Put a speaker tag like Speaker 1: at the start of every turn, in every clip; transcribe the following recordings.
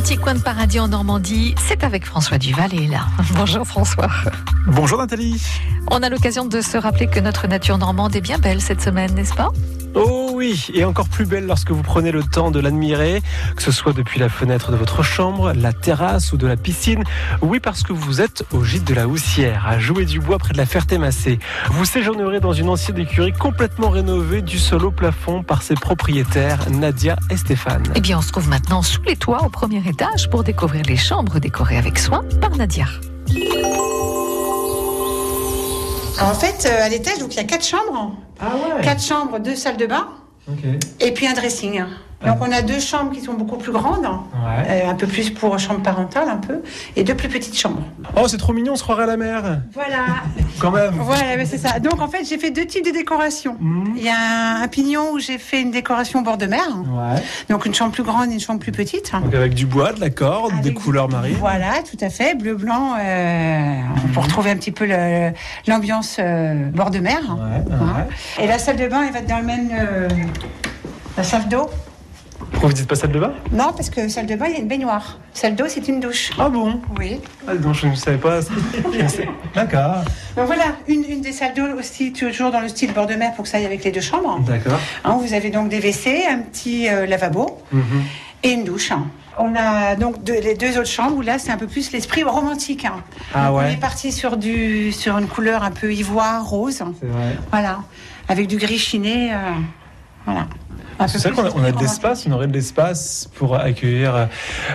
Speaker 1: petit coin de paradis en Normandie, c'est avec François Duval et là. Bonjour François.
Speaker 2: Bonjour Nathalie.
Speaker 1: On a l'occasion de se rappeler que notre nature normande est bien belle cette semaine, n'est-ce pas
Speaker 2: Oh oui, et encore plus belle lorsque vous prenez le temps de l'admirer, que ce soit depuis la fenêtre de votre chambre, la terrasse ou de la piscine. Oui, parce que vous êtes au gîte de la Houssière, à Jouer du Bois près de la Ferté-Massé. Vous séjournerez dans une ancienne écurie complètement rénovée du sol au plafond par ses propriétaires Nadia et Stéphane.
Speaker 1: Eh bien, on se trouve maintenant sous les toits au premier étage pour découvrir les chambres décorées avec soin par Nadia.
Speaker 3: En fait, euh, à l'étage, donc il y a quatre chambres.
Speaker 2: Ah ouais
Speaker 3: Quatre chambres, deux salles de bain et puis un dressing. Donc on a deux chambres qui sont beaucoup plus grandes, euh, un peu plus pour chambre parentale un peu, et deux plus petites chambres.
Speaker 2: Oh, c'est trop mignon, on se croirait à la mer.
Speaker 3: Voilà,
Speaker 2: Quand même.
Speaker 3: voilà, mais c'est ça. Donc en fait j'ai fait deux types de décorations.
Speaker 2: Mhm.
Speaker 3: Il y a un, un pignon où j'ai fait une décoration au bord de mer,
Speaker 2: Ouais.
Speaker 3: donc une chambre plus grande et une chambre plus petite.
Speaker 2: Donc avec du bois, de la corde,
Speaker 3: Avec
Speaker 2: des
Speaker 3: du-
Speaker 2: couleurs marines.
Speaker 3: Voilà, tout à fait, bleu blanc euh,
Speaker 2: Mm.
Speaker 3: pour retrouver un petit peu le- l'ambiance euh, bord de mer.
Speaker 2: Ouais,
Speaker 3: Voilà. Et la salle de bain, elle va être dans le même. euh, la salle d'eau
Speaker 2: Pourquoi vous dites pas salle de bain
Speaker 3: Non, parce que salle de bain, il y a une baignoire. Salle d'eau, c'est une douche.
Speaker 2: Ah bon
Speaker 3: Oui.
Speaker 2: Ah non, je ne savais pas. D'accord.
Speaker 3: Donc Ben voilà, une, une des salles d'eau aussi, toujours dans le style bord de mer pour que ça aille avec les deux chambres.
Speaker 2: D'accord.
Speaker 3: Hein, vous avez donc des WC, un petit euh, lavabo
Speaker 2: Mm-hmm.
Speaker 3: et une douche. hein. On a donc deux- les deux autres chambres où là c'est un peu plus l'esprit romantique. hein.
Speaker 2: Ah
Speaker 3: Donc, On
Speaker 2: ouais.
Speaker 3: est parti sur, du, sur une couleur un peu ivoire, rose.
Speaker 2: C'est vrai.
Speaker 3: Voilà, avec du gris chiné. euh, voilà. Un peu
Speaker 2: C'est vrai qu'on a, on
Speaker 3: plus
Speaker 2: a de
Speaker 3: romantique.
Speaker 2: l'espace, on aurait de l'espace pour accueillir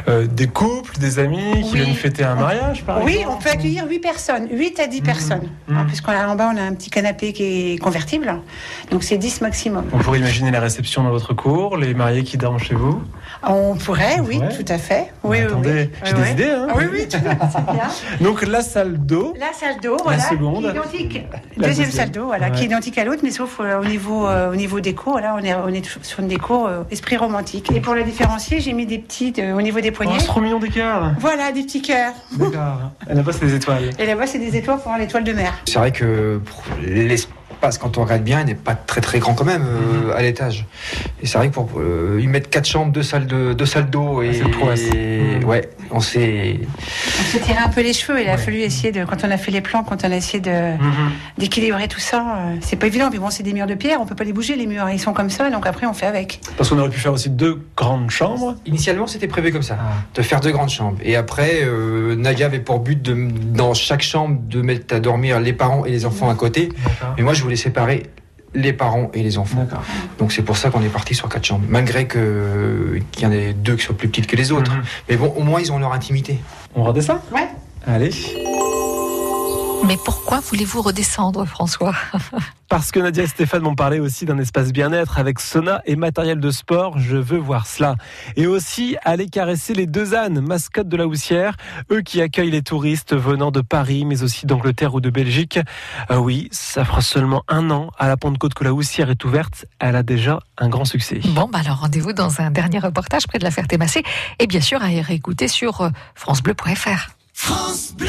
Speaker 2: euh, des couples, des amis qui
Speaker 3: Oui.
Speaker 2: viennent fêter un mariage, par
Speaker 3: Oui,
Speaker 2: exemple.
Speaker 3: on peut accueillir 8 personnes, 8 à 10 personnes.
Speaker 2: Mhm.
Speaker 3: hein, Puisqu'on a en bas, on a un petit canapé qui est convertible. Donc c'est 10 maximum.
Speaker 2: On pourrait imaginer la réception dans votre cour, les mariés qui dorment chez vous.
Speaker 3: On pourrait, oui,
Speaker 2: Ouais.
Speaker 3: tout à fait. Oui,
Speaker 2: Mais
Speaker 3: oui,
Speaker 2: attendez,
Speaker 3: oui.
Speaker 2: j'ai
Speaker 3: Oui,
Speaker 2: des
Speaker 3: oui.
Speaker 2: idées, hein.
Speaker 3: Ah Oui, oui, tu vois, c'est bien.
Speaker 2: Donc la salle d'eau.
Speaker 3: La salle d'eau, voilà.
Speaker 2: seconde.
Speaker 3: qui est Identique.
Speaker 2: La
Speaker 3: deuxième,
Speaker 2: deuxième.
Speaker 3: salle d'eau, voilà, qui
Speaker 2: Ouais.
Speaker 3: est identique à l'autre, mais sauf euh, au niveau, euh, au niveau déco. Là, on est, on est sur une déco euh, esprit romantique. Et pour la différencier, j'ai mis des petits, euh, au niveau des
Speaker 2: Oh,
Speaker 3: poignets.
Speaker 2: c'est trop mignon des cœurs.
Speaker 3: Voilà, des petits cœurs.
Speaker 2: D'accord. Elle n'a pas ses étoiles.
Speaker 3: Et là-bas, c'est des étoiles pour l'étoile de mer.
Speaker 4: C'est vrai que pour l'espace, quand on regarde bien, il n'est pas très très grand quand même
Speaker 2: Mhm.
Speaker 4: euh, à l'étage. Et c'est vrai que pour euh, ils mettent quatre chambres, deux salles de deux salles d'eau et
Speaker 2: Ah, c'est Mhm. une prouesse.
Speaker 4: et- ouais, on s'est
Speaker 3: On se tirait un peu les cheveux. Il a
Speaker 4: Ouais.
Speaker 3: fallu essayer de, quand on a fait les plans, quand on a essayé de,
Speaker 2: Mhm.
Speaker 3: d'équilibrer tout ça, euh, c'est pas évident. Puis bon, c'est des murs de pierre, on peut pas les bouger, les murs, ils sont comme ça, donc après on fait avec.
Speaker 2: Parce qu'on aurait pu faire aussi deux grandes chambres.
Speaker 4: Initialement, c'était prévu comme
Speaker 2: Ah,
Speaker 4: ça, de faire deux grandes chambres. Et après, euh, Nadia avait pour but de, dans chaque chambre de mettre à dormir les parents et les enfants à côté.
Speaker 2: D'accord.
Speaker 4: Mais moi, je voulais séparer les parents et les enfants.
Speaker 2: D'accord.
Speaker 4: Donc c'est pour ça qu'on est parti sur quatre chambres, malgré que euh, qu'il y en ait deux qui soient plus petites que les autres.
Speaker 2: Mhm.
Speaker 4: Mais bon, au moins ils ont leur intimité.
Speaker 2: On redescend
Speaker 3: Ouais.
Speaker 2: Allez.
Speaker 1: Mais pourquoi voulez-vous redescendre François
Speaker 2: Parce que Nadia et Stéphane m'ont parlé aussi d'un espace bien-être avec sauna et matériel de sport, je veux voir cela. Et aussi aller caresser les deux ânes, mascottes de la houssière, eux qui accueillent les touristes venant de Paris, mais aussi d'Angleterre ou de Belgique. Ah oui, ça fera seulement un an à la Pentecôte que la houssière est ouverte, elle a déjà un grand succès.
Speaker 1: Bon, bah alors rendez-vous dans un dernier reportage près de la Ferté-Massé et bien sûr à y réécouter sur euh, francebleu.fr.
Speaker 5: France Bleu.